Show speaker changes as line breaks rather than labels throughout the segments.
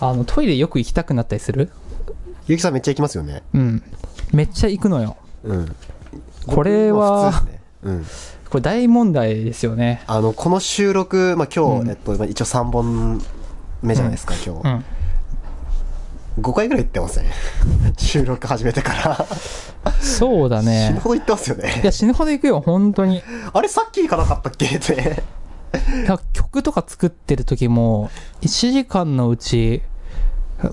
あの、トイレよく行きたくなったりする
ゆきさんめっちゃ行きますよね。
うん。めっちゃ行くのよ。
うん。
これは
僕普通ですね。うん。
これ大問題ですよね。
あの、この収録、まあ今日、
うん
えっと、まあ一応3本目じゃないですか、今
う
日。
ん。
5回ぐらい行ってません 収録始めてから。
そうだ
死ぬ
ね。
ほど行ってますよ
いや、
ね。
死ぬほど行くよ、本当に。
あれさっき行かなかったっけって。
だから曲とか作ってる時も、1時間のうち、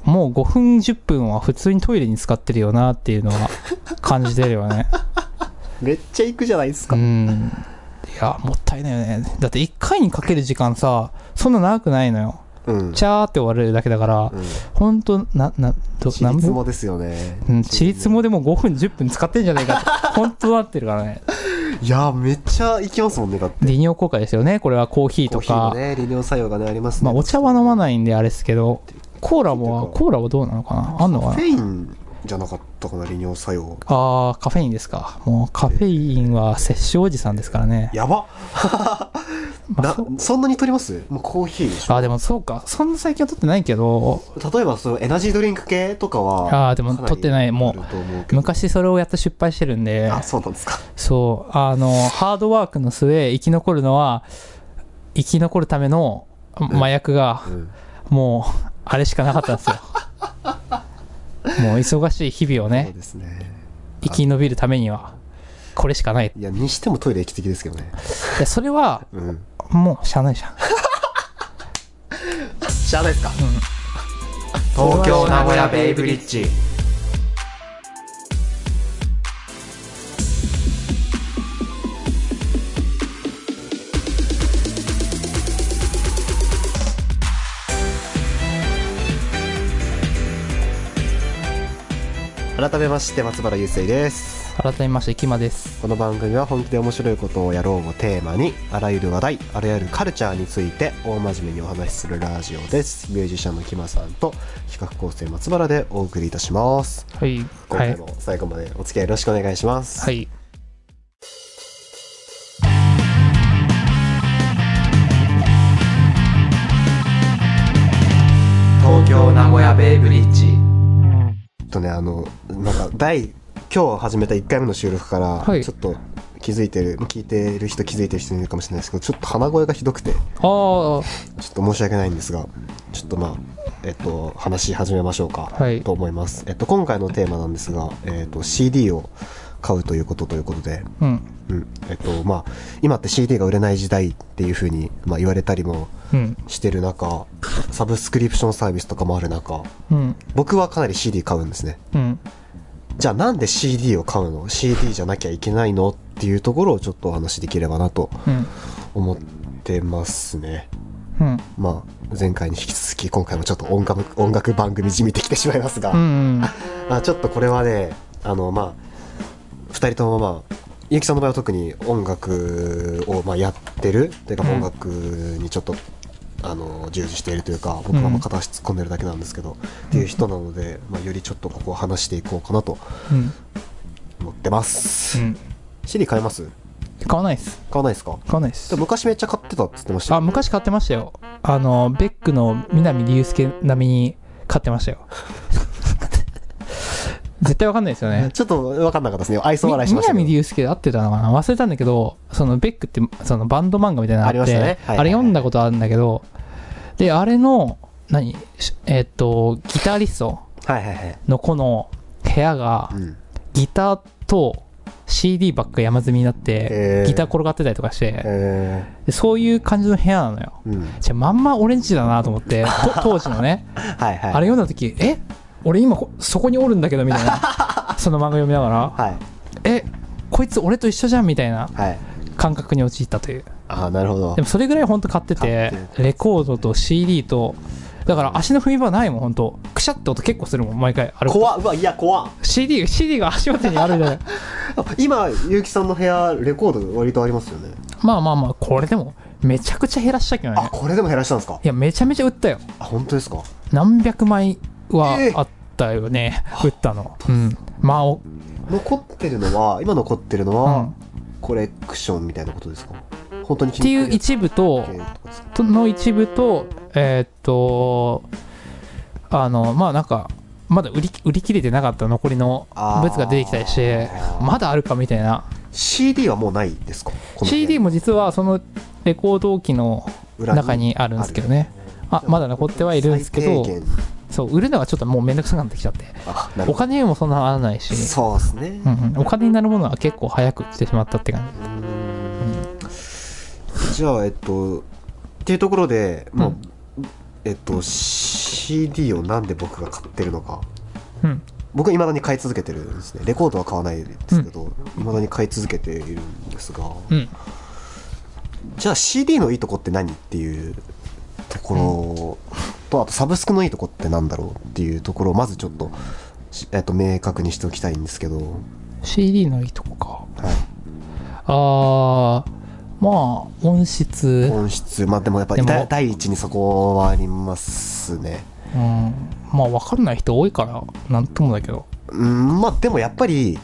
もう5分、10分は普通にトイレに使ってるよなっていうのは感じてるよ ね。
めっちゃ行くじゃないです
う
か。
ん。いや、もったいないよね。だって1回にかける時間さ、そんな長くないのよ。
うん。
チャーって終わるだけだから、
うん。
ほんと、な、な、ど、
ち
何
りつ
分
もですよね。
うん、ちりつもでも5分、10分使ってんじゃないかって、 本当なってるからね。
いや、めっちゃ行きますもんね、だって。
利尿効果ですよね、これはコーヒー
コー
と
ヒー
か。
のね、利尿作用がね、ありますね。
まあ、お茶は飲ま
い。
ないんであれですけど、コーラも、コーラはどうなのかなあんのか
カ
な
フェインじゃなかったかな、利尿作用。
あー、カフェインですか。もう、カフェインは摂取おじさんですからね。
やば
まあ
な
そう
そんなに取りますもうコーヒーでしょ
あー、でもそうか。そんな最近は取ってないけど、
例えばそのエナジードリンク系とかは
あーでも
かり
取ってないもう
あると思うけど
昔それをやって失敗してるんで、
あそうなんですか
そう、あの、ハードワークの末、生き残るのは、生き残るための麻薬が、
うん
もう、あれしかなかったんですよ。もう、忙しい日々を
そう
ね、
ですね
生き延びるためには、これしかない。
いやにしてもトイレ駅的ですけどね
いや、それは、
うん
もう、しゃあないじゃん。
知らないですか、
東京名古屋
ベイブリッジ改めまして松原雄生です
改めまして、キマです。
この番組は本気で面白いことをやろうをテーマにあらゆる話題あらゆるカルチャーについて大真面目にお話しするラジオですミュージシャンの木間さんと企画構成松原でお送りいたします
はい。
今
はい
回。も最後までお付き合いよろしくお願いします、
はい。
東京名古屋ベイブリッジ
とねあのなんか第今日始めた1回目の収録から
はい
ちょっと気づいてる、聞いてる人気づいてる人いるかもしれないですけどちょっと鼻声がひどくてちょ
あ
っと申し訳ないんですがちょっとまあえっと話し始めましょうか、
あ、はい
と。思います。えっと、今回のテーマなんですが、えっと、CD を買うということということで、
うん。
うん。えっと、まあ、今って CD が売れない時代っていうふうに、まあ、言われたりも
うん。
してる中、サブスクリプションサービスとかもある中、
うん。
僕はかなり CD 買うんですね。
うん。
じゃあなんで CD を買うの ?CD じゃなきゃいけないのっていうところをちょっとお話しできればなと
うん。
思ってますね。
うん。
まあ、前回に引き続き、今回もちょっと音楽、音楽番組じみてきてしまいますが、
うん。
あちょっとこれはねあのまあ2人ともまあゆきさんの場合は特に音楽をまあやってるというか
うん
音楽にちょっと、あの従事しているというか僕はま
う
あ
ん
片足突っ込んでるだけなんですけど、っていう人なので、まあ、よりちょっとここを話していこうかなと
うん。
思ってます、
うん。
シリ買えます
買わないっす。
買わないですか
買わないっす
でも。昔めっちゃ買ってたって言ってました
あ、
よね
昔買ってましたよ。あの、ベックの南竜介並みに買ってましたよ。 絶対わかんないですよね。
ちょっと分かんなかったですね愛想
み
笑いしましたけ
南
ど
竜介で合ってたのかな忘れたんだけど、そのベックってそのバンド漫画みたいなのあって、
ありましたねはいはいはい
あれ読んだことあるんだけど、で、あれの、何しえっ、と、ギタリスト
はいはいはい、
の子の部屋が
う、ん、
ギターと CD ばっか山積みになって
へ、ー
ギター転がってたりとかして、
え
でそういう感じの部屋なのよ。
ー、うんはい
じゃあまんまオレンジだなと思っ て、と当時のね、
はい
あれ読んだ時、え俺今こそこにおるんだけどみたいな、その漫画読みながら、
はい
えこいつ俺と一緒じゃんみたいな
はい
感覚に陥ったという。
ああなるほど
でもそれぐらい本当買ってて
買っ、て
レコードと CD と、だから足の踏み場ないもん、本当くしゃって音結構するもん、毎回。あれ
怖っうわいや怖っ
CD、CD が足元にあるじゃ ない。
今結城さんの部屋レコード割とありますよね
まあまあまあ、これでも、めちゃくちゃ減らしたけど
あ
ね。
これでも減らしたんですか
いや、めちゃめちゃ売ったよ。
あ本当ですか
何百枚は
えー
あったよね、売ったの。うん。まあ、お
残ってるのは今残ってるのは、
うん
コレクションみたいなことですか本当に気
って
に
い
入
う一部と
ってるやつ系とかですか
の一部とえーっとあのまあなんかまだ売り売り切れてなかった残りの
あー
ブツが出てきたりしてまだあるかみたいな
CD はもうないですかこの
CD も実はそのレコード機の
裏
中にあるんですけどねあまだ残ってはいるんですけど
最低限
そう売るのがちょっともうめんどくさくなってきちゃって
あなる
お
ほど
金にもそんなならないし、
そうですね
うんうん、お金になるものは結構早く来てしまったって感じ
じゃあえっとっていうところで、まあ
うん
えっと CD をなんで僕が買ってるのか
うん
僕いまだに買い続けてるんですねレコードは買わないですけどいま、未だに買い続けているんですが、
うん
じゃあ CD のいいとこって何っていうところと、あとサブスクのいいとこってなんだろうっていうところをまずちょっと,し、えっと明確にしておきたいんですけど、はい、
CD のいいとこかあーまあ音質
音質まあでもやっぱり
でも
第第一にそこはありますね
うんまあ分かんない人多いからなんともだけど
うんまあでもやっぱりい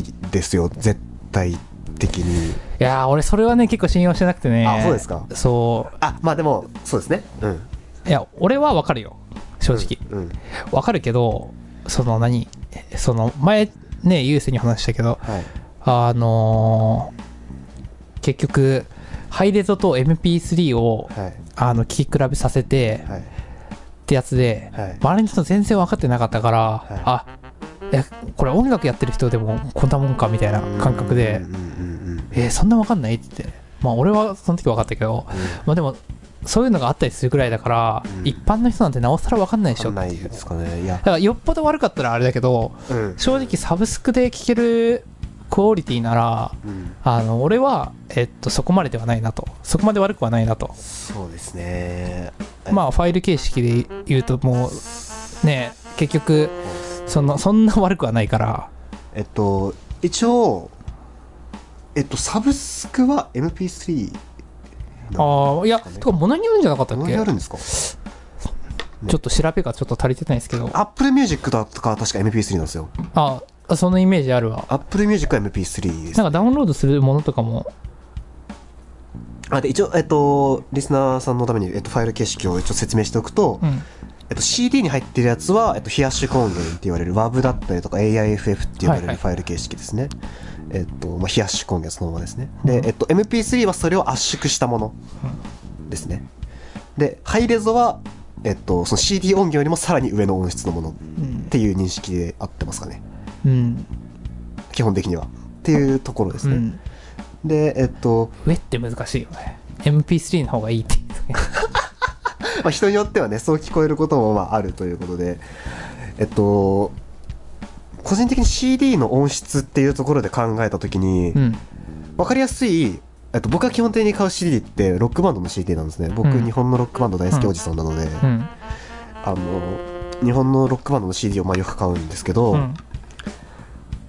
いですよ絶対的に
いやー俺それはね結構信用してなくてね
あそうですか
そ
あまあでもそうですねうん
ういや俺は分かるよ正直、
うん
わかるけどその何その前ねゆうせいに話したけど
はい
あのー結局ハイレゾと MP3 を
はい
あの聞き比べさせて
はい
ってやつで、
はい
周りの人全然分かってなかったから、
い
あえこれ音楽やってる人でもこんなもんかみたいな感覚で、
うんうんうんうん
えーそんな分かんないってまあ俺はその時分かったけど、まあでもそういうのがあったりするぐらいだから、
うん
一般の人なんてなおさら分かんないでしょ
わかん
だ
ないですかねいや
からよっぽど悪かったらあれだけど
うん
正直サブスクで聴けるクオリティなら
うん
あの俺は、えっと、そこまでではないなとそこまで悪くはないなと
そうですね
まあファイル形式で言うともうね結局そのそんな悪くはないから
えっと一応えっとサブスクは MP3
ああいやてか物によるんじゃなかったっ
何
け
やるんですか
ちょっと調べがちょっと足りてないですけどあ
Apple Music だとか確か MP3 なんですよ
あそのイメージあるわ
Apple Music は MP3 です
なんかダウンロードするものとかも
あで一応、えっと、リスナーさんのために、えっと、ファイル形式を一応説明しておくと、
うん
えっと、CD に入ってるやつは、えっと、非圧縮音源って言われる WAV だったりとか AIFF って言わ
はい
れ
は
る
い
ファイル形式ですね、えっとまあ、非圧縮音源そのままですねで、えっと、MP3 はそれを圧縮したものですねでハイレゾは、えっと、その CD 音源よりもさらに上の音質のものっていう認識で合ってますかね
うん
基本的にはっていうところです
う
ね、
ん
でえっと、
上って難しいよね MP3 の方がいいって言って
まあ、人によってはねそう聞こえることもまああるということでえっと個人的に CD の音質っていうところで考えた時に、
たうん
分かりやすい、えっと、僕が基本的に買う CD ってロックバンドの CD なんですね僕、
うん
日本のロックバンド大好きおじさんなので、
うん
あの日本のロックバンドの CD をまあよく買うんですけど、
うん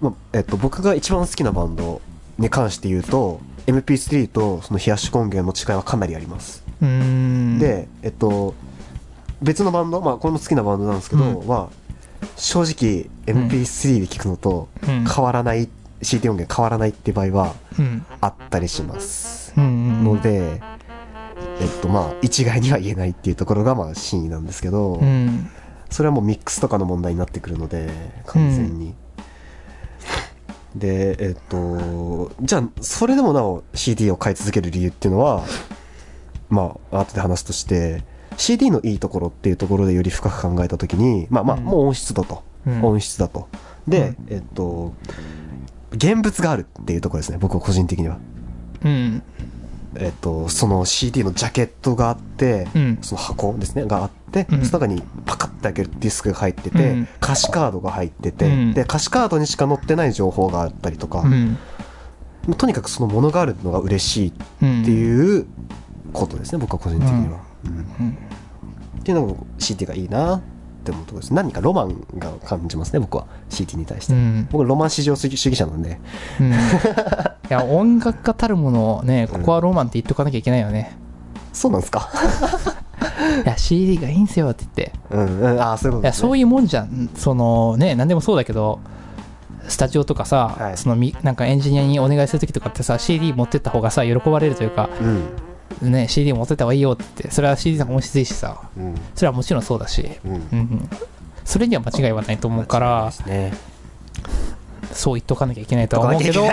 まあえっと、僕が一番好きなバンドに関して言うと MP3 とその冷やし根源の違いはかなりあります
うん
で、えっと、別のバンド、まあ、これも好きなバンドなんですけど、
うん
まあ、正直 MP3 で聞くのと
うん
変わらない、CD 音源変わらないっていう場合は
うん
あったりします
うん
ので、えっとまあ、一概には言えないっていうところがまあ真意なんですけど、
うん
それはもうミックスとかの問題になってくるので完全に。でえっとじゃあそれでもなお CD を買い続ける理由っていうのはまあ後で話すとして CD のいいところっていうところでより深く考えた時にまあまあ
うん
もう音質だ
う
と、
ん
音質だとで、えっと現物があるっていうところですね僕は個人的には。
うん
えっと、その CD のジャケットがあって、
うん
その箱ですねがあって、
うん
その中にパカッて開けるディスクが入ってて、
うん
歌詞カードが入ってて、
うん
で歌詞カードにしか載ってない情報があったりとか、
うん
とにかくそのものがあるのが嬉しいっ
うん
ていうことですね、僕は個人的には、うんっていうのも CD がいいなって思うところです何かロマンが感じますね僕は CD に対して、
うん
僕ロマン至上主義主義者なんで
うん、いや音楽家たるものをねここはロマンって言っとかなきゃいけないよね、
そうなんで すか
いや CD がいいんすよって言って
うん、うん、ああそういうこ
い
と
や
です、ね、
そういうもんじゃんそのね何でもそうだけどスタジオとかさ、
はい
そのみなんかエンジニアにお願いする時とかってさ CD 持ってった方がさ喜ばれるというか
うん
ね、CD 持ってた方がいいよって、それは CD なんか面白いしさ、
うん
それはもちろんそうだし、
う
う
ん
んうん。それには間違いはないと思うから、
ね
そう言っとかなきゃいけないとは思うけど、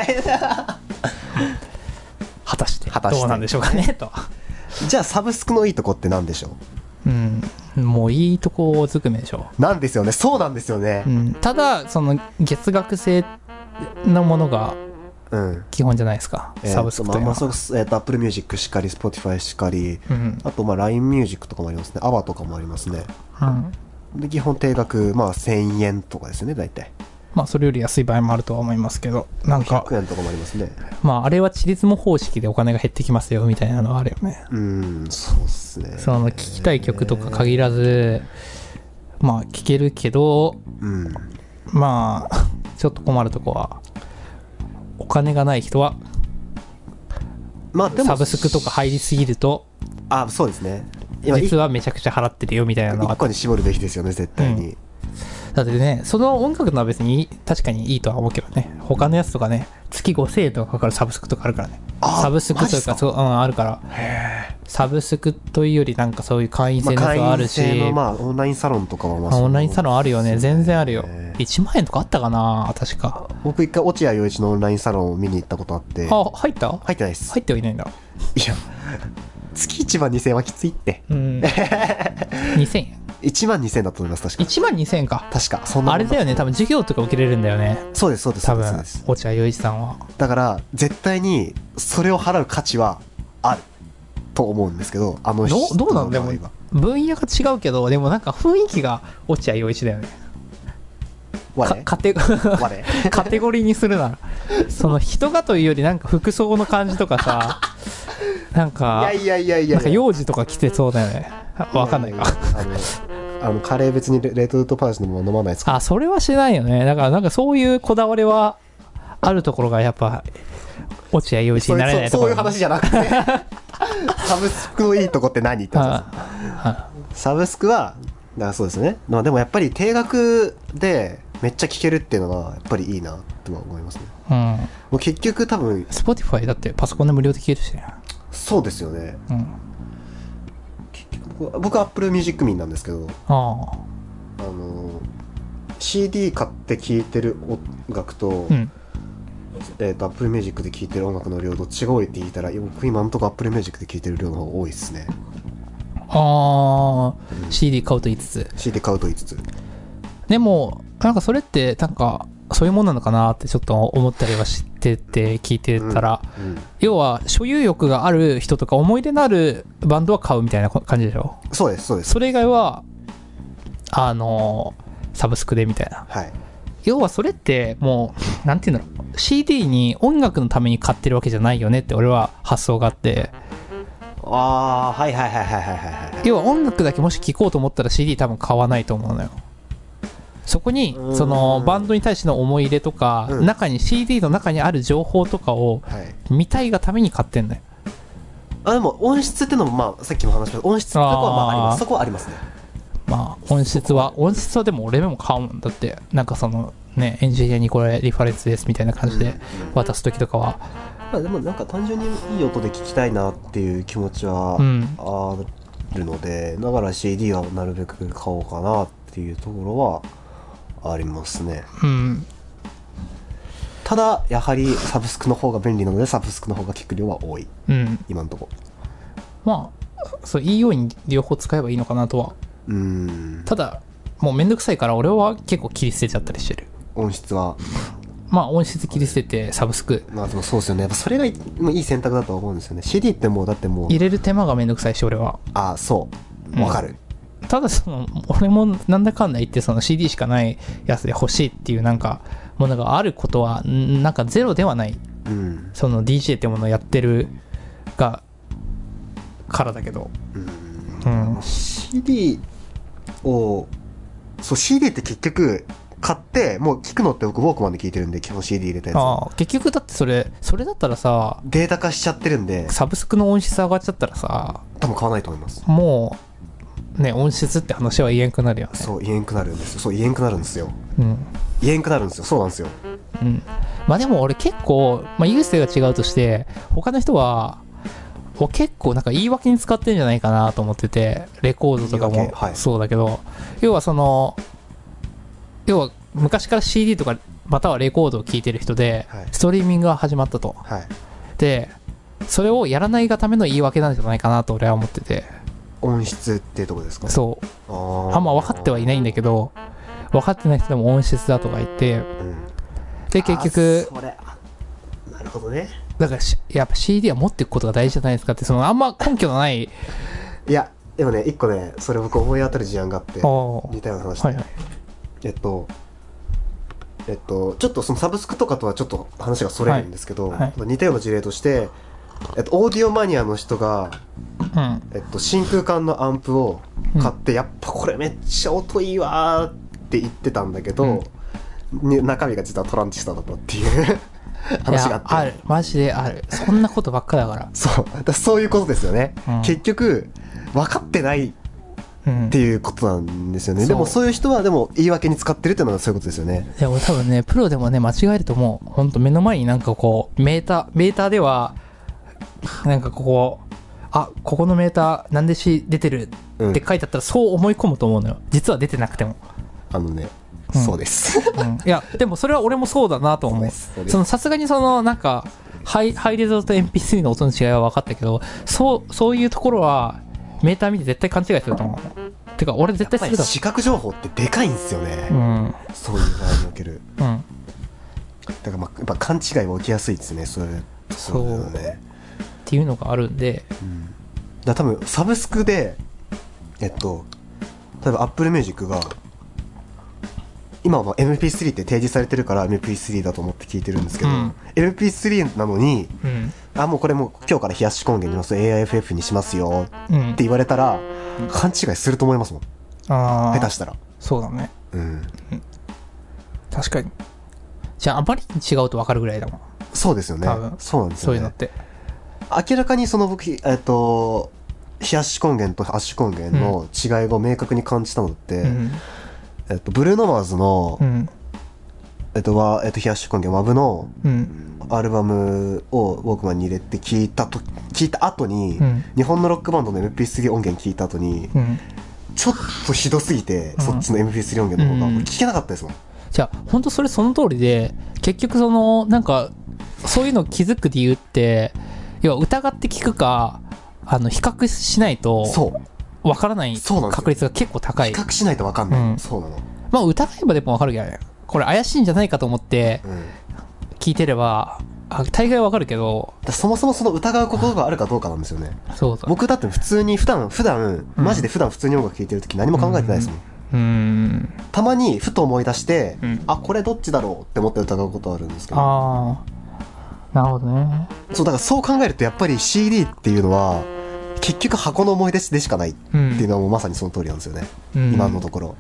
果たして
果たして
どうなんでしょうかね、と。
じゃあサブスクのいいとこって何でしょ
うん。もういいとこずくめでしょ
うなんですよねそうなんですよね
う。うん。ただ、その、月額制のものが
うん
基本じゃないですか、
えー
サブスク
ま
と
あ
いうの
まあ
は
そうですえっと Apple Music しかり Spotify しかり
うん。
あとまあ LINE Music とかもありますね AVA とかもありますね
うん。
で基本定額まあ1000円とかですね大体
まあ、それより安い場合もあるとは思いますけど、なんか、
100円とかもありますね
まあ、あれはチリズム方式でお金が減ってきますよ、みたいなのはあるよね。
うんそうっすね
その、聴きたい曲とか限らず、まあ、聴けるけど、
うん
まあ、 ちょっと困るとこは、お金がない人は、
まあでも
サブスクとか入りすぎると、
あそうですね今
実
1
はめちゃくちゃ払ってるよ、みたいなのがあって
個に絞るべきですよね絶対に
だってね、その音楽のは別にいい確かにいいとは思うけどね。他のやつとかね、月5000円とかかかるサブスクとかあるからね。
あ
サブスク
マジ
とい
っ
う
すか
か、そう、うん、あるから。サブスクというよりなんかそういう会員
ま
制
あ
のやつ
会
はある
員
し、
制のまあオンラインサロンとかはまあ
あオンラインサロンあるよね。全然あるよ
ね。
1万円とかあったかな確か。
僕一回落合陽一のオンラインサロンを見に行ったことあって
あ、入った入
入ってないっす、
ってはいないんだ。
い、や月1万2000円はきついって
うん。2000円。
1万2000円だと思います確か
1万2000円か。
確かそんな
あれだよね。多分授業とか受けれるんだよね。
そうですそうです
多
そうですそう
分
です、
落合陽一さんは。
だから絶対にそれを払う価値はあると思うんですけどあ
ど
の人
うどうなんだ
の
よ
場合は
分野が違うけどでもなんか雰囲気が落合陽一だよねか
我
カテ
我
カテゴリーにするならその人がというよりなんか服装の感じとかさ なん
い
か
やいやいやいや
なんか幼児とか着てそうだよねあわかんないか
あのあのカレー別にレレトルトパンチのもの飲まないですか
あそれはしないよねだからなんかそういうこだわりはあるところがやっぱ落合陽一
そ
に
う
なれ
い
な
う
いと
そ
こ
うい
ろ
う話じゃなく てサブスクのいいとこって何って話です
あ
サブスクはだからそうですね、まあ、でもやっぱり定額でめっちゃ聞けるっていうのはやっぱりいいなとは思いますね
うん
もう結局多分
Spotify だってパソコンで無料で聴けるしね
そうですよね
うん
僕僕アップルミュージック民なんですけど
ああ
あの CD 買って聴いてる音楽と,、
うん
えー、と Apple Music で聴いてる音楽の量どっちが多いって聞いたら僕今のとこ Apple Music で聴いてる量の方が多いですね
ああ CD 買うと言いつつ
CD 買うと5つ
でもなんかそれってなんかそういうもんなのかなってちょっと思ったりはしてて聞いてたら、
うん、
要は所有欲がある人とか思い出のあるバンドは買うみたいな感じでしょ
そうですそうです
それ以外はあのサブスクでみたいな
はい
要はそれってもうなんて言うんだろう CD に音楽のために買ってるわけじゃないよねって俺は発想があって
ああーはいはいはいはいはいはいはい
要は音楽だけもし聴こうと思ったら CD 多分買わないと思うのよそこに
うん
そのバンドに対しての思い入れとか、
うん
中に CD の中にある情報とかを
はい
見たいがために買ってんのよ
あでも音質ってのもまあさっきも話しました音質ってとこはまあありま
あー
すそこはありますね
まあ音質は音質はでも俺も買うもんだってなんかそのねエンジニアにこれリファレンスですみたいな感じで渡す時とかは
まあでもなんか単純にいい音で聞きたいなっていう気持ちは
うん
あるので、だから CD はなるべく買おうかなっていうところはありますね
うん
ただやはりサブスクの方が便利なのでサブスクの方が聞く量は多い
うん
今のとこ
まあそういいように両方使えばいいのかなとは
うーん
ただもうめんどくさいから俺は結構切り捨てちゃったりしてる
音質は
まあ音質切り捨ててサブスク
まあでもそうですよねやっぱそれがいいい選択だとは思うんですよね CD ってもうだってもう
入れる手間がめんどくさいし俺は
ああそうわかる、
ただその俺もなんだかんだ言ってその CD しかないやつで欲しいっていうなんかものがあることはんなんかゼロではない
うん
その DJ ってものをやってるがからだけどうん、
CD をそう CD って結局買ってもう聞くのって僕ウォークマンで聞いてるんで基本 CD 入れたやつを
ああ結局だってそれそれだったらさ
データ化しちゃってるんで
サブスクの音質上がっちゃったらさ
多分買わないと思います
もうね音質って話は言えんくなるよね
そう言えんくなるんですよそう言えんくなるんですよ
うん
言えんくなるんですよそうなんですよ
うん、まあでも俺結構、まあ、優勢が違うとして他の人はを結構なんか言い訳に使ってんじゃないかなと思っててレコードとか
言
も
い訳はい
そうだけど、要はその要は昔から CD とかまたはレコードを聴いてる人で、
はい
ストリーミングが始まったと
はい
でそれをやらないがための言い訳なんじゃないかなと俺は思ってて
音質ってとこですか
そう
あ
あんま分かってはいないんだけど分かってない人でも音質だとか言って
ーうん
で結局
あそれあなるほどね
だからしやっぱ CD は持っていくことが大事じゃないですかってそのあんま根拠のない
いやでもね一個ねそれ僕思い当たる事案があって
おー
似たような話で、
はいはい
えっとえっとちょっとそのサブスクとかとはちょっと話がそれるんですけど、
はいはい
似たような事例として、えっと、オーディオマニアの人が、
うん
えっと、真空管のアンプを買って、やっぱこれめっちゃ音いいわーって言ってたんだけど、ね中身が実はトランジスタだったっていう 話
い
があ
や
って
あるマジであるそんなことばっかだから
そうだからそういうことですよね、
うん
結局分かってない
うん
っていうことなんですよね。
そう
でもそういう人はでも言い訳に使ってるっていうのはそういうことですよね。
でも多分ねプロでもね間違えるともうほんと目の前になんかこうメーターメーターではなんかここあここのメーターなんで C 出てる
うん
って書いてあったらそう思い込むと思うのよ実は出てなくても、
あのね、
うん
そうです。
うん、いやでもそれは俺もそうだなと
そう
思う
ですそうです
そのさすがにそのなんかハイハイレゾと MP3 の音の違いは分かったけどそうそういうところはメーター見て絶対勘違いすると思うてか俺絶対するだ
視覚情報ってでかいんですよね。
ろうん
そういう場合における。
うん
だからまあやっぱ勘違いは起きやすいですね。そういうところだよね。
っていうのがあるんで
だから多分サブスクで、えっと、例えば Apple Music が、今はまあ MP3 って提示されてるから MP3 だと思って聞いてるんですけど、
うん
MP3 なのに、
うん
あ、もうこれもう今日から冷やし根源にのせ AIFF にしますよ
うん
って言われたら、勘違いすると思いますもん。
ああ
下手したら。
そうだね
うん。
確かにじゃああまりに違うと分かるぐらいだもん
そうですよね
多分。
そうなんです
そうい
よ
うのっ
ね。
て
明らかにその僕、えっと、冷やし根源とアッシュ根源の違いを明確に感じたのって、
うん
えっと、ブルーノマーズの、
うん
えっと、わえっと、冷やし根源ワブの
うん
アルバムをウォークマンに入れて聞いたと、聞いた後に、
うん
日本のロックバンドの MP3 音源聞いた後に、
うん
ちょっとひどすぎて、
うん
そっちの MP3 音源の方が
うん
もう聞けなかったですもん。
じゃあ本当それその通りで結局そのなんかそういうの気づく理由って要は疑って聞くかあの比較しないと
そう。
分からない
そうなんですよ
確率が結構高い
比較しないとわかんない、
うん
そうなの、
まあ疑えばでも分かるけどねこれ怪しいんじゃないかと思って
うん、だか
聞いてればあ大概分かるけど
らそもそもその疑うことがあるかどうかなんですよね
そうだ
僕だって普通に普段普段
うん
マジで普段普通に音楽聴いてる時何も考えてないですもん、
うーん
たまにふと思い出して、
うん
あこれどっちだろうって思って疑うことあるんですけど
ああなるほどね
そうだからそう考えるとやっぱり CD っていうのは結局箱の思い出でしかないって
うん
いうのはもうまさにその通りなんですよね、
うん
今のところ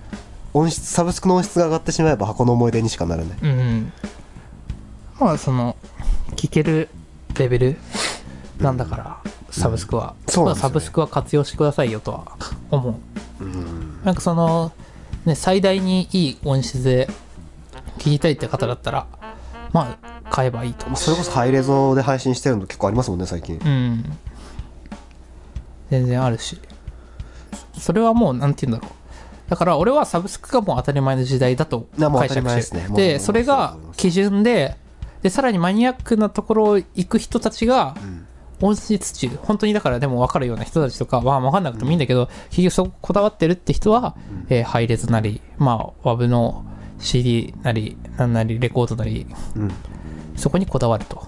音質サブスクの音質が上がってしまえば箱の思い出にしかならない
うんまあその聞けるレベルなんだから、サブスクは、
そうなんですよね
まあサブスクは活用してくださいよとは思う
うん
なんかその、ね、最大にいい音質で聞きたいって方だったらまあ買えばいいと思
それこそハイレゾで配信してるの結構ありますもんね最近
ううん全然あるしそれはもうなんて言うんだろうだから俺はサブスクがもう当たり前の時代だと
なもう
解
当たり
釈
前で
し
す
て
ね
る
もうも
で
う
それが基準ででさらにマニアックなところを行く人たちが
ん
音質中本当にだからでも分かるような人たちとかは分かんなくてもいいんだけど、結局そここだわってるって人は、えーハイレズなりまあ WAV の CD なりなんなりレコードなり
うん
そこにこだわると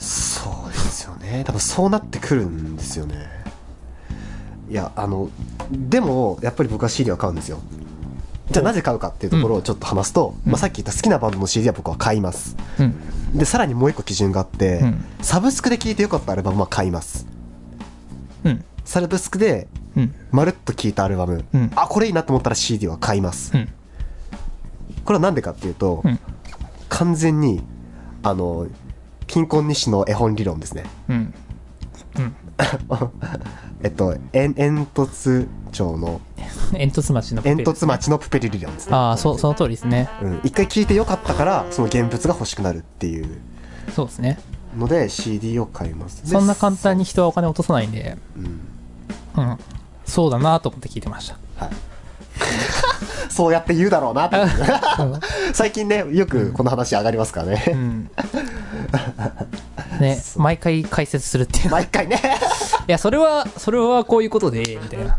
そうですよね多分そうなってくるんですよねいやあのでもやっぱり僕は CD は買うんですよじゃあなぜ買うかっていうところをちょっと話すと、まあ、さっき言った好きなバンドの CD は僕は買います
うん
でさらにもう一個基準があって、
うん
サブスクで聴いてよかったアルバムは買います
うん
サブスクで
うん
まるっと聴いたアルバム、
うん
あこれいいなと思ったら CD は買います、
うん
これはなんでかっていうと、
うん
完全にあの貧困日誌の絵本理論ですね
うん
えっと、えん煙突町の、
煙突町のプペル
煙突町のプペル理論ですね。
ああそうその通りですね
うん。一回聞いてよかったから、その現物が欲しくなるっていう。
そうですね
ので CD を買いますで
そんな簡単に人はお金落とさないんで、
うん
うん、そうだなと思って聞いてました。
はい そうやって言うだろうなと思 って最近ねよくこの話上がりますから
う
ね
ん。ね、毎回解説するっていう。い
毎回ね
や、それは、それはこういうことで、みたいな。
そう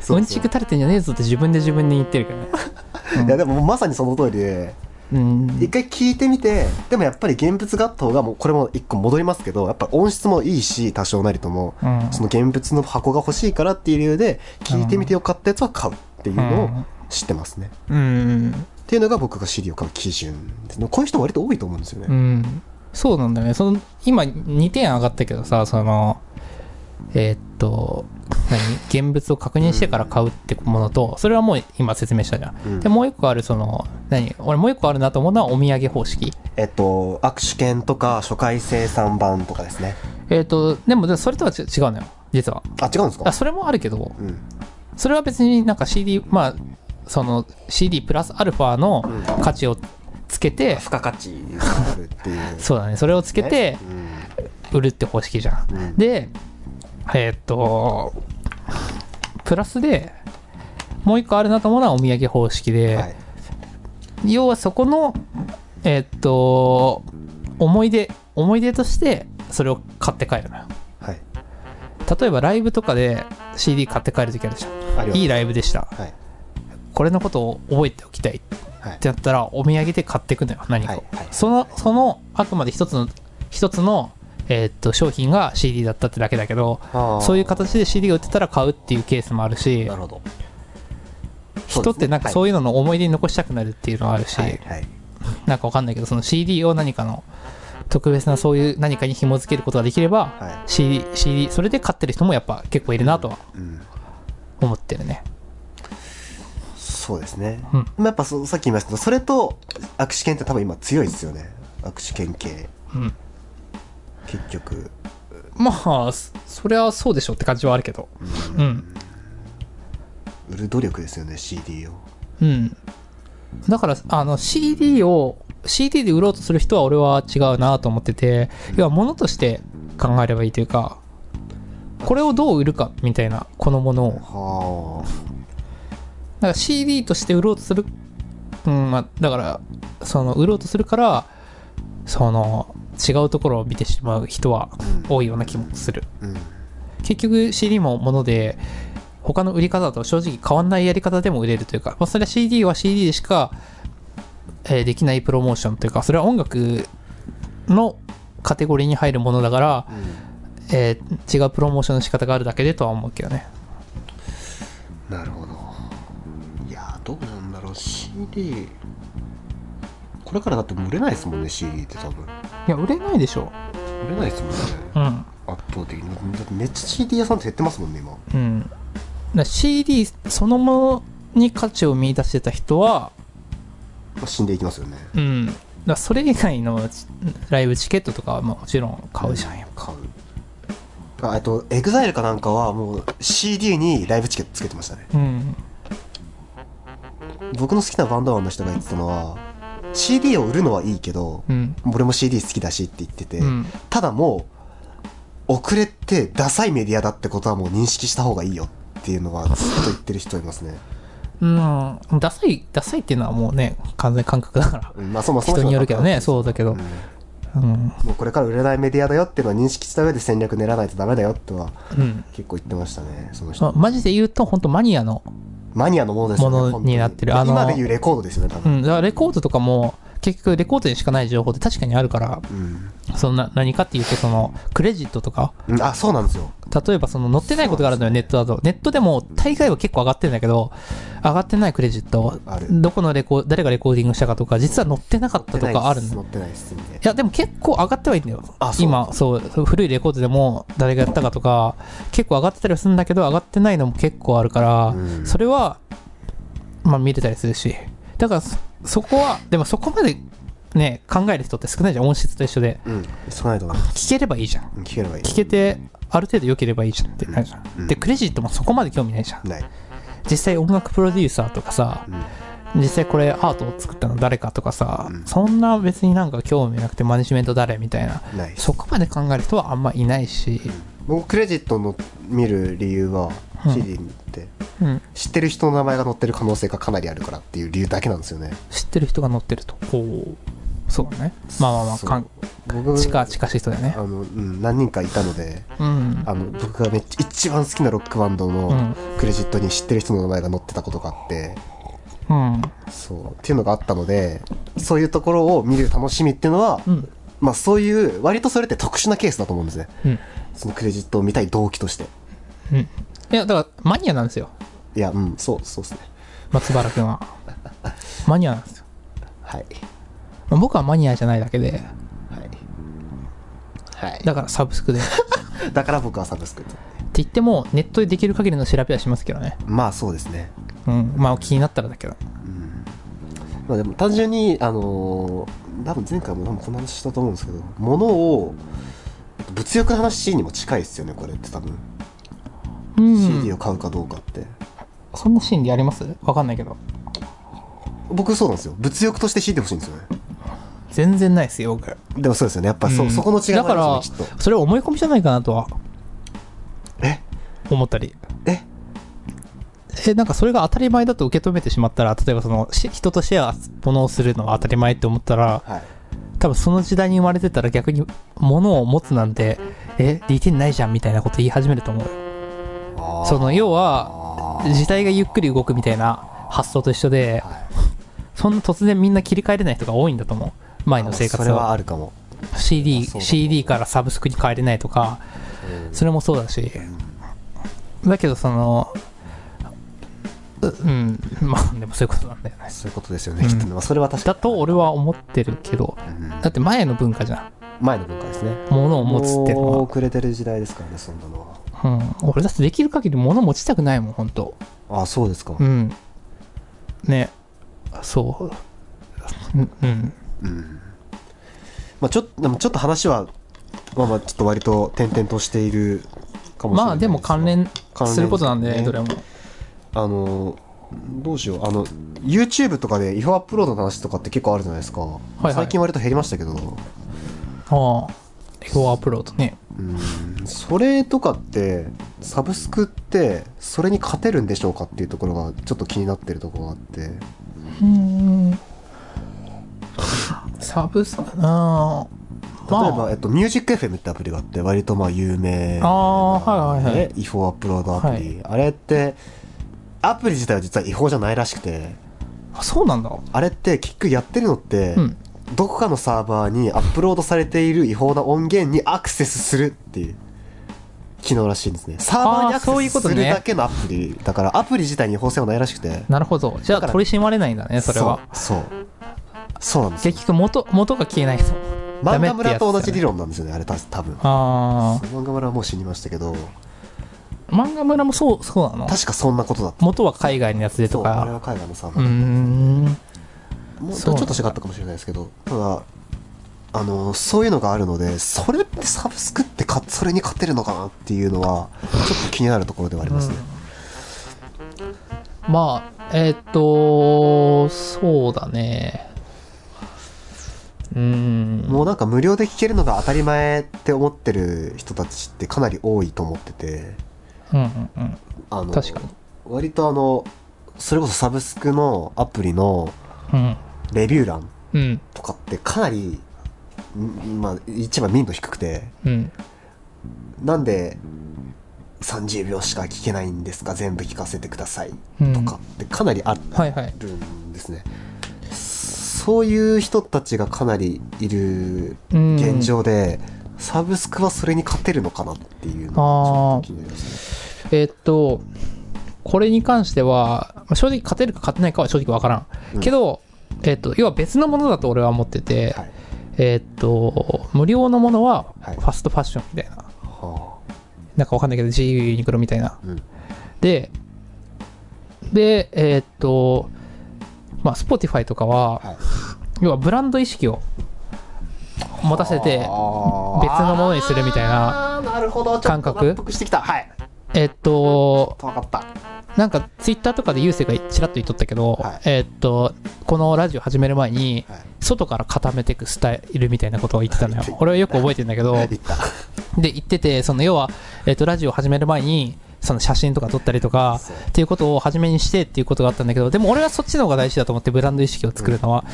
そう
うんちく垂れてんじゃねえぞって自分で自分に言ってるからね。
いやでもまさにその通りで
うん。
一回聞いてみてでもやっぱり現物があった方がもうこれも一個戻りますけどやっぱ音質もいいし多少なりとも、
うん
その現物の箱が欲しいからっていう理由で聞いてみてよかったやつは買うっていうのを知ってますね、
うん。
っていうのが僕が CD を買う基準ですねこういう人割と多いと思うんですよね、
うん。そうなんだよね。その、今2点上がったけどさ、その、えーっと、何現物を確認してから買うってものと、それはもう今説明したじゃん。
うん
で、もう一個ある、その、何俺もう一個あるなと思うのはお土産方式。
えっと握手券とか初回生産版とかですね
えーっと、でも、でもそれとはち違うのよ、実は。
あ違うんですか
あそれもあるけど、
うん
それは別になんか CD、まあ、その CD プラスアルファの価値をつけて、
付加価値があるっていう
そうだね、それをつけて売るって方式じゃん。
うんうん
で、えーっと、プラスで、もう一個あるなと思うのはお土産方式で、
はい、
要はそこの、えーっと、思い出、思い出として、それを買って帰るのよ。
はい、
例えばライブとかで CD 買って帰るときあるじ
あ
ゃ
り
ん。
ます
いいライブでした。
はい
これのことを覚えておきたいっ
はい
てなったら、お土産で買っていくのよ、何かを。
はいはい
その、その、あくまで一つの、一つの、えーっと、商品が CD だったってだけだけど、
あー
そういう形で CD が売ってたら買うっていうケースもあるし
な、るほど
人ってなんかそういうのの思い出に残したくなるっていうのはあるし、
はいはい
なんかわかんないけど、その CD を何かの、特別なそういう何かに紐付けることができれば、
は、
CD、CD、それで買ってる人もやっぱ結構いるなとはい
うん
思ってるね。
そうですね。
うん
でもやっぱそさっき言いましたけど、それと握手券って多分今強いですよね。握手券系。
うん。
結局。
まあ、そそりゃそうでしょって感じはあるけど。うん。
売る努力ですよね、CD を。
うん。だから、あの、CD を、CD で売ろうとする人は俺は違うなと思ってて、要は物として考えればいいというか、これをどう売るかみたいな、このものを。
は
だから CD として売ろうとする、うん、まあ、だから、その、売ろうとするから、その、違うところを見てしまう人は多いような気もする。
あ。うん。
結局 CD ももので、他の売り方と正直変わんないやり方でも売れるというか、まあ、それは CD は CD でしか、えーできないプロモーションというか、それは音楽のカテゴリーに入るものだから、えー違うプロモーションの仕方があるだけでとは思うけどね。
なるほど。いやー、どうなんだろう、CD。これからだってもう売れないですもんね、CD って多分。
いや、売れないでしょ。
売れないですもんね。
うん。
圧倒的に。だってめっちゃ CD 屋さんって減ってますもんね、今。
うん、だから CD そのものに価値を見出してた人は、
まあ死んでいきますよね。
うん、だからそれ以外のちライブチケットとかはもちろん買うじゃんよ。
買うあえっとエグザイルかなんかはもう CD にライブチケットつけてましたね
うん、
僕の好きなバンドマンの人が言ってたのは CD を売るのはいいけど、
うん、
俺も CD 好きだしって言ってて、
うん
ただもう遅れってダサいメディアだってことはもう認識した方がいいよっていうのはずっと言ってる人います ね、
うん、ダサい、ダサいっていうのはもうね、完全感覚だから。
うんまあそもそ も
人によるけどね、そうだけ
う
ど。
ん
うん、
もうこれから売れないメディアだよっていうのは認識した上で戦略練らないとダメだよっては
うん。
結構言ってましたねその人
まマジで言うと、本当マニアの、
マニアのものですよね
ものになってる
本当に
あの
今でいうレコードですよね多
う
分、
ん、だからレコードとかも、結局レコードにしかない情報って確かにあるから、
うん
そんな、何かっていうと、その、クレジットとか、
うんあそうなんですよ
例えばその載ってないことがあるのよ、ネットだと。ネットでも大概は結構上がってるんだけど、上がってないクレジット
ある、
どこのレコ誰がレコーディングしたかとか、実は載ってなかったとかあるの
乗
よ。
ってないです乗ってないっすみたい
いや、でも結構上がってはいいんだよ
あ。そう
今、そう、古いレコードでも誰がやったかとか、結構上がってたりはするんだけど、上がってないのも結構あるから、
うん
それは、まあ見れたりするし。だからそ、そこは、でもそこまでね、考える人って少ないじゃん、音質と一緒で。
なうん少ないと思います
聞ければいいじゃん。
うん聞ければいい
聞けてある程度良ければいいじゃんってなるじゃん、
うん
でクレジットもそこまで興味ないじゃん
ない
実際音楽プロデューサーとかさ
うん
実際これアートを作ったの誰かとかさ、そんな別になんか興味なくてマネジメント誰みたいな
ない
そこまで考える人はあんまいないし、
僕クレジットの見る理由は
うん
CD って
うん、
知ってる人の名前が載ってる可能性がかなりあるからっていう理由だけなんですよね
知ってる人が乗ってるとこうそうねまあまあまあ
そう
かん
僕
近近しい人だよね
あの、うん、何人かいたので
うん
あの僕がめっちゃ一番好きなロックバンド
う
の
ん
クレジットに知ってる人の名前が載ってたことがあって、
うん
そうっていうのがあったのでそういうところを見る楽しみっていうのは、
うん
まあそういう割とそれって特殊なケースだと思うんですね
うん
そのクレジットを見たい動機として
うんいやだからマニアなんですよ
いやうんそうそうですね
松原君はマニアなんですよ
はい
まあ僕はマニアじゃないだけで
はいはい
だからサブスクでって
だから僕はサブスクと
言ってもネットでできる限りの調べはしますけどね
まあそうですね
うんまあ気になったらだけど
まあでも単純にあのー多分前回も多分この話したと思うんですけど物を物欲の話にも近いですよねこれって多分、
うん
CD を買うかどうかって
そんなシーンでやりますわかんないけど
僕そうなんですよ物欲として CD 欲しいんですよね
全然ないですよ僕
でもそうですよねやっぱそ,、
うん
そこの違い
だ
が
か
あ
ら
るんですよねきっと
それは思い込みじゃないかなとは
え
思ったり
え
えなんかそれが当たり前だと受け止めてしまったら例えばそのし人とシェアものをするのが当たり前って思ったら
はい
多分その時代に生まれてたら逆に物を持つなんてえ DT ないじゃんみたいなこと言い始めると思う
あー
その要は
あ
時代がゆっくり動くみたいな発想と一緒で
ーはい
そんな突然みんな切り替えれない人が多いんだと思う前の生活
それは
は
あるかも
CD,
そうだと思う
CD からサブスクに変えれないとかそれもそうだしだけどそのううん まあでもそういうことなんだよね
そういうことですよね、きっとねまあそれは確か
だと俺は思ってるけど
に、うん
だって前の文化じゃ
前の文化ですね
ん物を持つって
もう
の
遅れてる時代ですからねそんなのは
は、うん、俺だってできる限り物持ちたくないもん本当
ああそうですか
うんねそううんうん
うんまあちょっとでもちょっと話はまあまあちょっと割と転々としているかもしれない
まあでも
すが
関連
関連
することなんで、
ね
どれも
あのどうしようあの YouTube とかで違法アップロードの話とかって結構あるじゃないですか、
いはい
最近割と減りましたけど
ああエゴアップロードね
うんそれとかってサブスクってそれに勝てるんでしょうかっていうところがちょっと気になってるところがあって
うんサブスクあー
例えば、
まあ
えっと、ミュージック FM ってアプリがあって、割とまあ有名な、
ああはいはいはい
ね違法アップロードアプリ。
は
あれって、アプリ自体は実は違法じゃないらしくて、
あそうなんだ
あれって結局やってるのって、
うん
どこかのサーバーにアップロードされている違法な音源にアクセスするっていう機能らしいんですね。サーバーにア
あーそうい
ク
うこ
セス
と
す
ね
るだけのアプリ。だからアプリ自体に違法性はないらしくて。
なるほどじゃあ
だから
取り締まれないんだねそれは
そう。そうそうなんですよ。
結局元元が消えないとダ
漫
メってやつだ
画
よね
村と同じ理論なんですよね、あれた多分。
あ
漫画村はもう死にましたけど、
あ漫画村もそうそうなの
確かそんなことだった。
元は海外のやつで
そ
と
うあれ
か
は海外のサー
う
バ
ー
ー、
ん
もうち
そ
ょ
う
っと違ったかもしれないですけどただあのそういうのがあるのでそれってサブスクってかそれに勝てるのかなっていうのはちょっと気になるところではありますね、
まあえーっとそうだねうーん
もうなんか無料で聴けるのが当たり前って思ってる人たちってかなり多いと思ってて
うんうんうん
あの
確かに
割とあのそれこそサブスクのアプリの
うん
レビュー欄
うん
とかってかなりんまあ一番民度低くて
うん
なんで30秒しか聞けないんですか全部聞かせてください
うん
とかってかなりあ
はいはい
るんですね、そういう人たちがかなりいる
うん
現状で、サブスクはそれに勝てるのかなっていうのがちょっと気になりますね
えーっと、これに関しては、まあ正直勝てるか勝てないかは正直わからん。
うん
けど、えーっと、要は別のものだと俺は思ってて、
はい
えーっと、無料のものはフ
はい
ァストファッションみたいな。
は
なんかわかんないけど、GU ユニクロみたいな
あ。うん
で、で、えーっと、まあ、Spotify とかは、
はい
要はブランド意識を持たせて、別
あー
のものにするみたいな。
あーなるほどちょっ
感
と
覚
納得してきたはい
えーっと、
分かった
なんかツイッターとかでゆうせいがちらっと言っとったけど、
はい
えーっとこのラジオ始める前に、
はい
外から固めていくスタイルみたいなことを言ってたのよ
言って
俺はよく覚えてるんだけど
言った
で言っててその要は、えーっとラジオ始める前にその写真とか撮ったりとか
そう
っていうことを初めにしてっていうことがあったんだけどでも俺はそっちの方が大事だと思ってブランド意識を作るのは、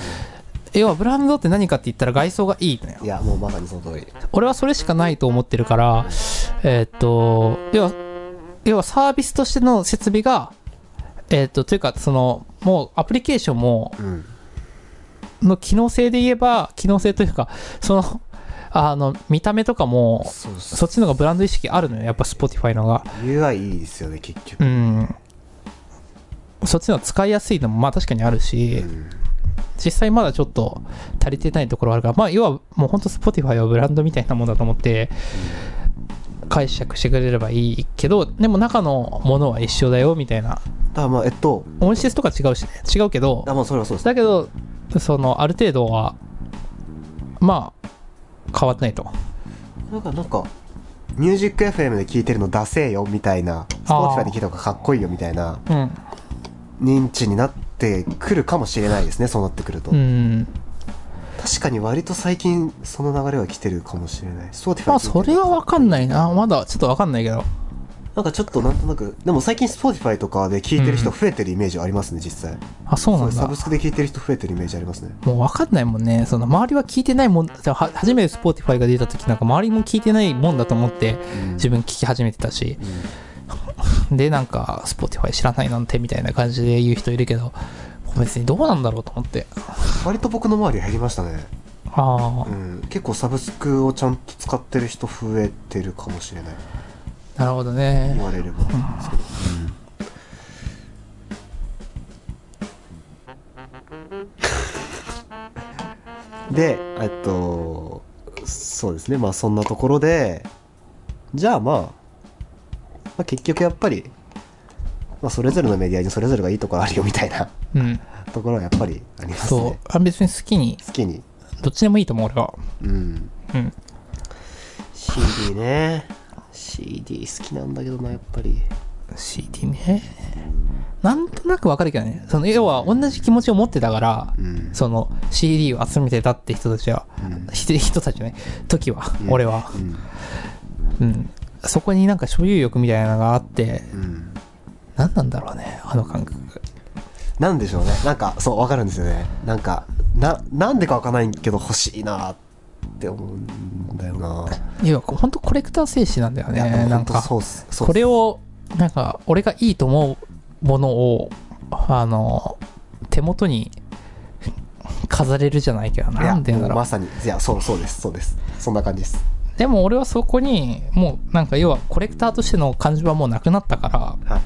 要はブランドって何かって言ったら外装がいいのよ
いやもうまさにその通り
俺はそれしかないと思ってるから、えーっと、要は、要はサービスとしての設備が、えーっと、というか、その、もうアプリケーションも、
うん
の機能性で言えば、機能性というか、その、あの、見た目とかも、
そうそ
そっちの方がブランド意識あるのよ、やっぱ Spotify のが。
う UI いいですよね結局
うん。そっちの使いやすいのも、まあ確かにあるし、
うん
実際まだちょっと足りてないところはあるから、まあ、要はもう本当 Spotify はブランドみたいなもんだと思って解釈してくれればいいけどでも中のものは一緒だよみたいな
だからまあえっと
音質とか違うしね違うけど
あまあそれはそうです
だけどそのある程度はまあ変わってないと
なんかなんかミュージック FM で聴いてるのダセえよみたいな
あー
Spotify で聴いた方がかっこいいよみたいな
うん
認知になってくるかもしれないで すねそうなってくると、
うん
確かに割と最近その流れは来てるかもしれない Spotify
まあそれは分かんないなまだちょっと分かんないけど
なんかちょっとなんとなくでも最近 Spotify とかで聴いてる人増えてるイメージありますね実際
あそうなん
そう
だ
サブスクで聴いてる人増えてるイメージありますね
もう分かんないもんね。その周りは聞いてないもん、じゃあは初めて Spotify が出た時なんか周りも聞いてないもんだと思って
うん
自分聞き始めてたし。で、なんか Spotify 知らないなんてみたいな感じで言う人いるけど、別にどうなんだろうと思って。
割と僕の周り減りましたね、
ああ
う、ん、結構サブスクをちゃんと使ってる人増えてるかもしれない
なるほど
言
ね。
われれば、でえっとそうですねまあそんなところでじゃあ、まあ、まあ結局やっぱり、まあ、それぞれのメディアにそれぞれがいいところあるよみたいな
うん。
ところはやっぱりあります
そ
ね
う。あ別に好きに、
好きに
どっちでもいいと思う俺は。
うん
うん。
CD ね CD 好きなんだけどなやっぱり
CD ね。なんとなくわかるけどね。その要は同じ気持ちを持ってたから、
うん
その CD を集めてたって人たちは、
うん
ひ人たちね、時は、
うん
俺は、う
うん
ん。そこになんか所有欲みたいなのがあって、
うん
何なんだろうね、あの感覚。
なんでしょうねなんかそうわかるんですよねなんかななんでかわかんないけど欲しいなって思うんだよない
や、本当コレクター精神なんだよ
いや
ね、なん
ほ
か
と。そうっすそうっす
これを、なんか、俺がいいと思うものを、あの、手元に飾れるじゃないけど、
いや
なんて言うんだ
もう
ろ
まさにいやそうそうですそうですそんな感じです
う。でも俺はそこに、もう、なんか要はコレクターとしての感じはもうなくなったから、
はい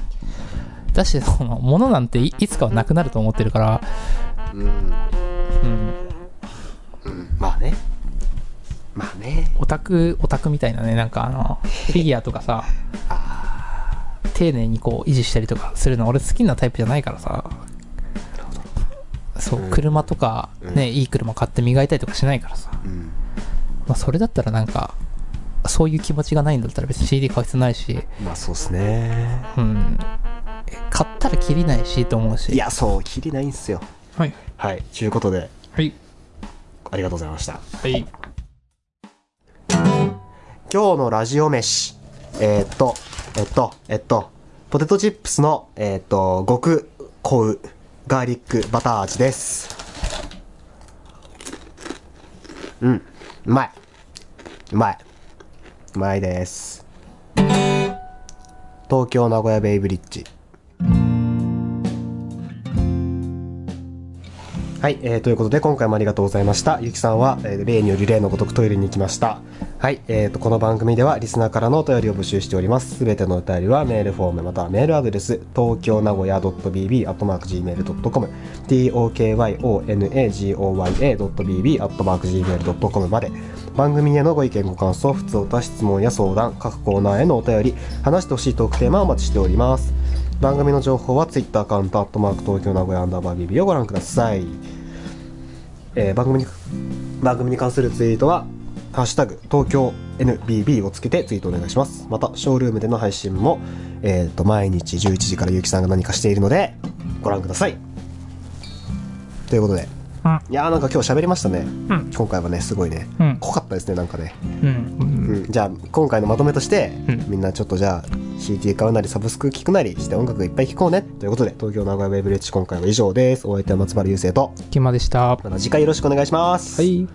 だし、その、ものなんていいつかはなくなると思ってるから、
うん、
うん、
うん、まあねまあね
オタクオタクみたいなねなんかあのフィギュアとかさ丁寧にこう維持したりとかするの俺好きなタイプじゃないからさそう、
うん
車とかね、いい車買って磨いたりとかしないからさ、
うん
まあ、それだったらなんかそういう気持ちがないんだったら別に CD 買う必要ないし、
まあそうっすね
うん、買ったらきりないしと思うし
いやそうきりないんすよ
はい
はいということで
はい
ありがとうございまし
は
た
い
今日のラジオ飯。えーっと、えっと、えっと、ポテトチップスの、えーっと、極濃うガーリックバター味です。うん、うまい。うまい。うまいです。東京名古屋ベイブリッジ。はい、えーということで今回もありがとうございましたゆきさんは、えー例により例のごとくトイレに行きましたはい、えー、とこの番組ではリスナーからのお便りを募集しておりますすべてのお便りはメールフォームまたはメールアドレス東京名古屋 .bb.gmail.com tokyonagoya.bb.gmail.com まで番組へのご意見ご感想普通おた質問や相談各コーナーへのお便り話してほしいトークテーマをお待ちしております番組の情報は Twitter アカウント「アットマーク東京名古屋アンダーバー BB」をご覧くださいえー番組に番組に関するツイートは「ハッシュタグ東京 NBB をつけてツイートお願いします。また、ショールームでの配信も、えっ、と、毎日11時からゆうきさんが何かしているので、ご覧ください。ということで、
うん
いやーなんか今日喋りましたね。
うん
今回はね、すごいね、
うん
濃かったですね、なんかね。
うん
うんじゃあ今回のまとめとして、
うん
みんなちょっとじゃあ CD 買うなりサブスク聞くなりして音楽いっぱい聴こうねということで東京名古屋ウェイブリッジ今回は以上ですお相手は松原優生と
キマでしたは
また次回よろしくお願いします
い